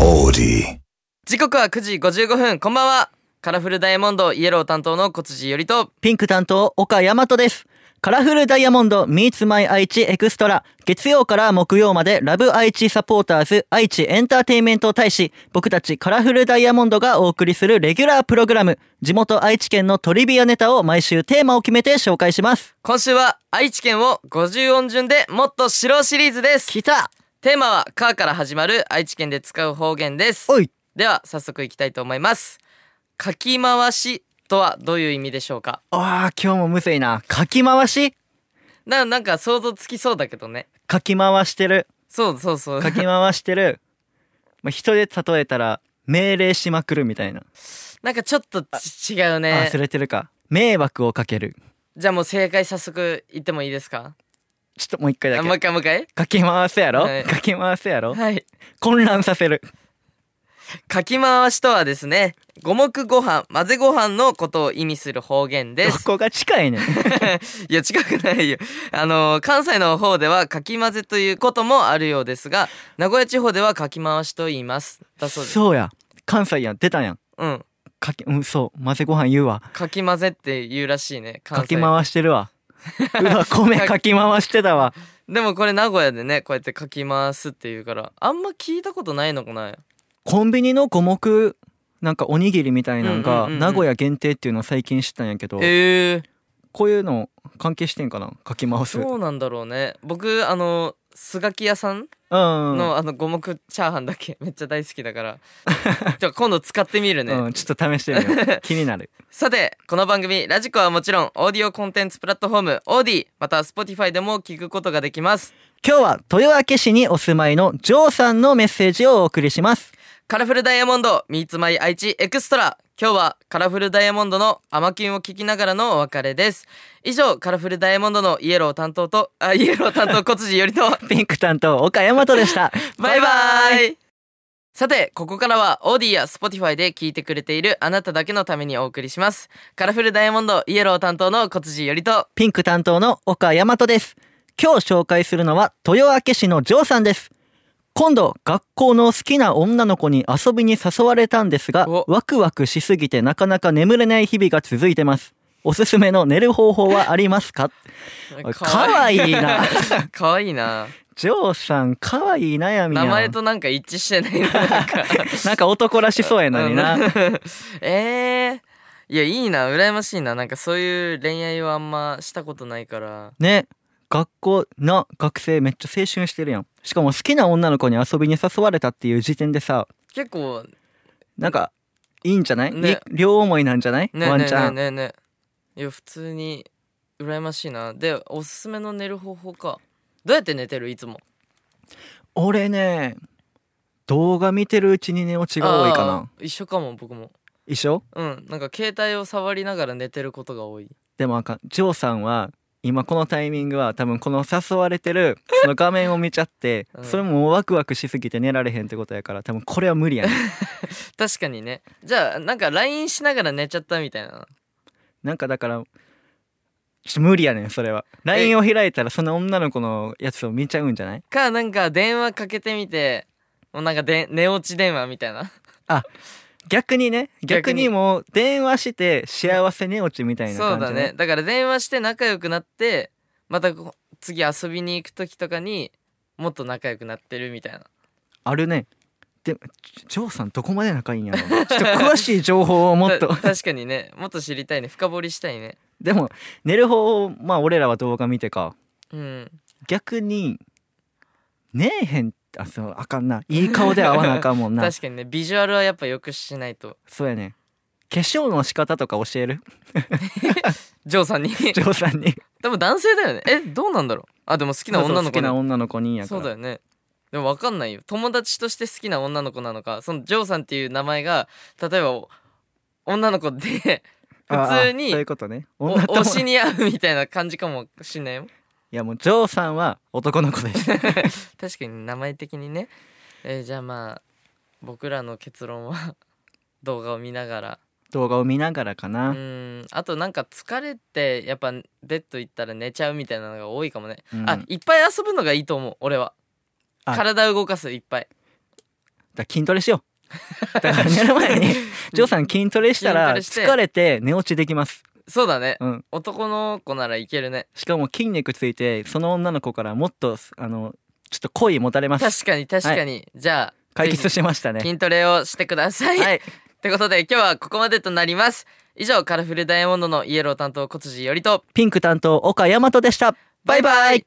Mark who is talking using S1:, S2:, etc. S1: オーデ
S2: 時刻は9時55分こんばんはカラフルダイヤモンドイエロー担当の小辻よりと
S3: ピンク担当岡大和ですカラフルダイヤモンド Meets My 愛知エクストラ月曜から木曜までラブ愛知サポーターズ愛知エンターテインメント大使僕たちカラフルダイヤモンドがお送りするレギュラープログラム地元愛知県のトリビアネタを毎週テーマを決めて紹介します
S2: 今週は愛知県を50音順でもっと知ろうシリーズです
S3: 来た
S2: テーマはカーから始まる愛知県で使う方言です
S3: おい
S2: では早速いきたいと思いますかき回しとはどういう意味でしょうか
S3: あー今日もむずいなかき回し
S2: ななんか想像つきそうだけどね
S3: かき回してる
S2: そうそうそう
S3: かき回して るまあ人で例えたら命令しまくるみたいな、
S2: なんかちょっとち違う
S3: ああ
S2: ね
S3: 忘れてるか迷惑をかける
S2: じゃあもう正解早速言ってもいいですか
S3: ちょっともう一回だ
S2: あ
S3: け
S2: もう一回もう一回
S3: かき回すやろ、
S2: はい
S3: かき回すやろ
S2: はい
S3: 混乱させる
S2: かき回しとはですね五目ご飯混ぜご飯のことを意味する方言で
S3: ど
S2: す
S3: こが近いねん
S2: いや近くないよあの関西の方ではかき混ぜということもあるようですが名古屋地方ではかき回しと言いますだそうです
S3: そうや関西やん出たやん
S2: うん
S3: かきうんそう混ぜご飯言うわ
S2: かき混ぜって言うらしいね関
S3: か
S2: 西
S3: き回して るわうわ米かき回してたわ
S2: でもこれ名古屋でねこうやってかき回すっていうからあんま聞いたことないのかな
S3: コンビニの五目なんかおにぎりみたいな
S2: う
S3: の
S2: んうん
S3: が
S2: うんうん
S3: 名古屋限定っていうのを最近知ったんやけど、
S2: へえー、
S3: こういうの関係してんかなかき回すうん
S2: そうなんだろうね僕あのスガキ屋さん
S3: うんうん
S2: の、あの五目チャーハンだけめっちゃ大好きだから じゃあ今度使ってみるね、
S3: うん、ちょっと試してみよう気になる
S2: さてこの番組ラジコはもちろんオーディオコンテンツプラットフォームオーディまた Spotify でも聞くことができます
S3: 今日は豊明市にお住まいのジョーさんのメッセージをお送りします
S2: カラフルダイヤモンド Meets My 愛知エクストラ今日はカラフルダイヤモンドのアマキュンを聞きながらのお別れです以上カラフルダイヤモンドのイエロー担当とあイエロー担当小辻よりと
S3: ピンク担当岡山とでした
S2: バイバイさてここからはオーディや Spotify で聞いてくれているあなただけのためにお送りしますカラフルダイヤモンドイエロー担当の小辻よりと
S3: ピンク担当の岡大和です。今日紹介するのは豊明市のジョーさんです。今度、学校の好きな女の子に遊びに誘われたんですが、
S2: お
S3: ワクワクしすぎてなかなか眠れない日々が続いてます。おすすめの寝る方法はあります かおいかわいいな。
S2: かわいいな
S3: ジョーさん、かわいい悩みや
S2: 名
S3: ん
S2: 前となんか一致してないななん か
S3: なんか男らしそうやのにな。
S2: えー、いやいいな羨ましいななんかそういう恋愛をあんましたことないから
S3: ね。学校な学生めっちゃ青春してるやん。しかも好きな女の子に遊びに誘われたっていう時点でさ、
S2: 結構
S3: なんかいいんじゃない、
S2: ね
S3: り両思いなんじゃない、
S2: ね
S3: ワ
S2: え
S3: ン
S2: ね
S3: ちゃ
S2: えねえ
S3: ん、
S2: ねえねえいや普通に羨ましいなでおすすめの寝る方法かどうやって寝てるいつも
S3: 俺ね動画見てるうちに寝落ちが多いかな
S2: あー一緒かも僕も
S3: 一緒
S2: うんなんか携帯を触りながら寝てることが多い
S3: でもあかんジョーさんは今このタイミングは多分この誘われてるその画面を見ちゃって、
S2: うん
S3: それもワクワクしすぎて寝られへんってことやから多分これは無理やね
S2: 確かにねじゃあなんか LINE しながら寝ちゃったみたいな
S3: なんかだからちょっと無理やねんそれは LINE を開いたらその女の子のやつを見ちゃうんじゃない
S2: かなんか電話かけてみてもうなんかで寝落ち電話みたいな
S3: 逆にね
S2: 逆
S3: 逆
S2: に
S3: にもう電話して幸せ寝落ちみたいな
S2: そう
S3: 感じ、
S2: だねだから電話して仲良くなってまたこ次遊びに行く時とかにもっと仲良くなってるみたいな
S3: あるね。で、ジジョーさんどこまで仲いいんやろな。ちょっと詳しい情報をも っと
S2: た。確かにねもっと知りたいね深掘りしたいね
S3: でも、寝る方を、まあ俺らは動画見てか。
S2: うん
S3: 逆に、寝えへん、あ、そう、あかんな。いい顔で合わなあかんもんな。
S2: 確かにねビジュアルはやっぱよくしないと
S3: そうやね。化粧の仕方とか教える
S2: ジョーさんに
S3: ジョーさんに。
S2: でも男性だよねえどうなんだろうあでも好きな女の
S3: そうそ
S2: 子
S3: う好きな
S2: ね
S3: 女の子にやか
S2: そ
S3: ら。
S2: うだよねでも分かんないよ友達として好きな女の子なのかそのジョーさんっていう名前が例えば女の子で
S3: あ
S2: 普通に
S3: あそういうことね。
S2: お
S3: 女と
S2: 推
S3: も。
S2: し
S3: い
S2: に合うみたいな感じかもしんないよ
S3: やもう、ジョーさんは男の子で す。
S2: 確かに名前的にね、えーじゃあまあ僕らの結論は 動画を見ながら
S3: 動画を見ながらか
S2: う
S3: な。
S2: ーんあとなんか疲れてやっぱベッド行ったら寝ちゃうみたいなのが多いかもね、
S3: うん
S2: あいっぱい遊ぶのがいいと思う俺は
S3: あ
S2: 体動かすいっぱい
S3: だから筋トレしよう。だから 寝る前に、 ジョーさん筋トレした
S2: 筋ト
S3: ら
S2: レして
S3: 疲れて寝落ちできます。
S2: そうだね
S3: うん。
S2: 男の子ならいけるね
S3: しかも筋肉ついて、その女の子からもっと、あの、ちょっと恋持た れます。
S2: 確かに確かに、じゃあ
S3: 解決
S2: ぜ
S3: しました
S2: ひ
S3: ね。
S2: 筋トレをしてください、
S3: はい。
S2: ということで今日はここまでとなります以上カラフルダイヤモンドのイエロー担当小辻よりと
S3: ピンク担当、岡大和でした。
S2: バイバイ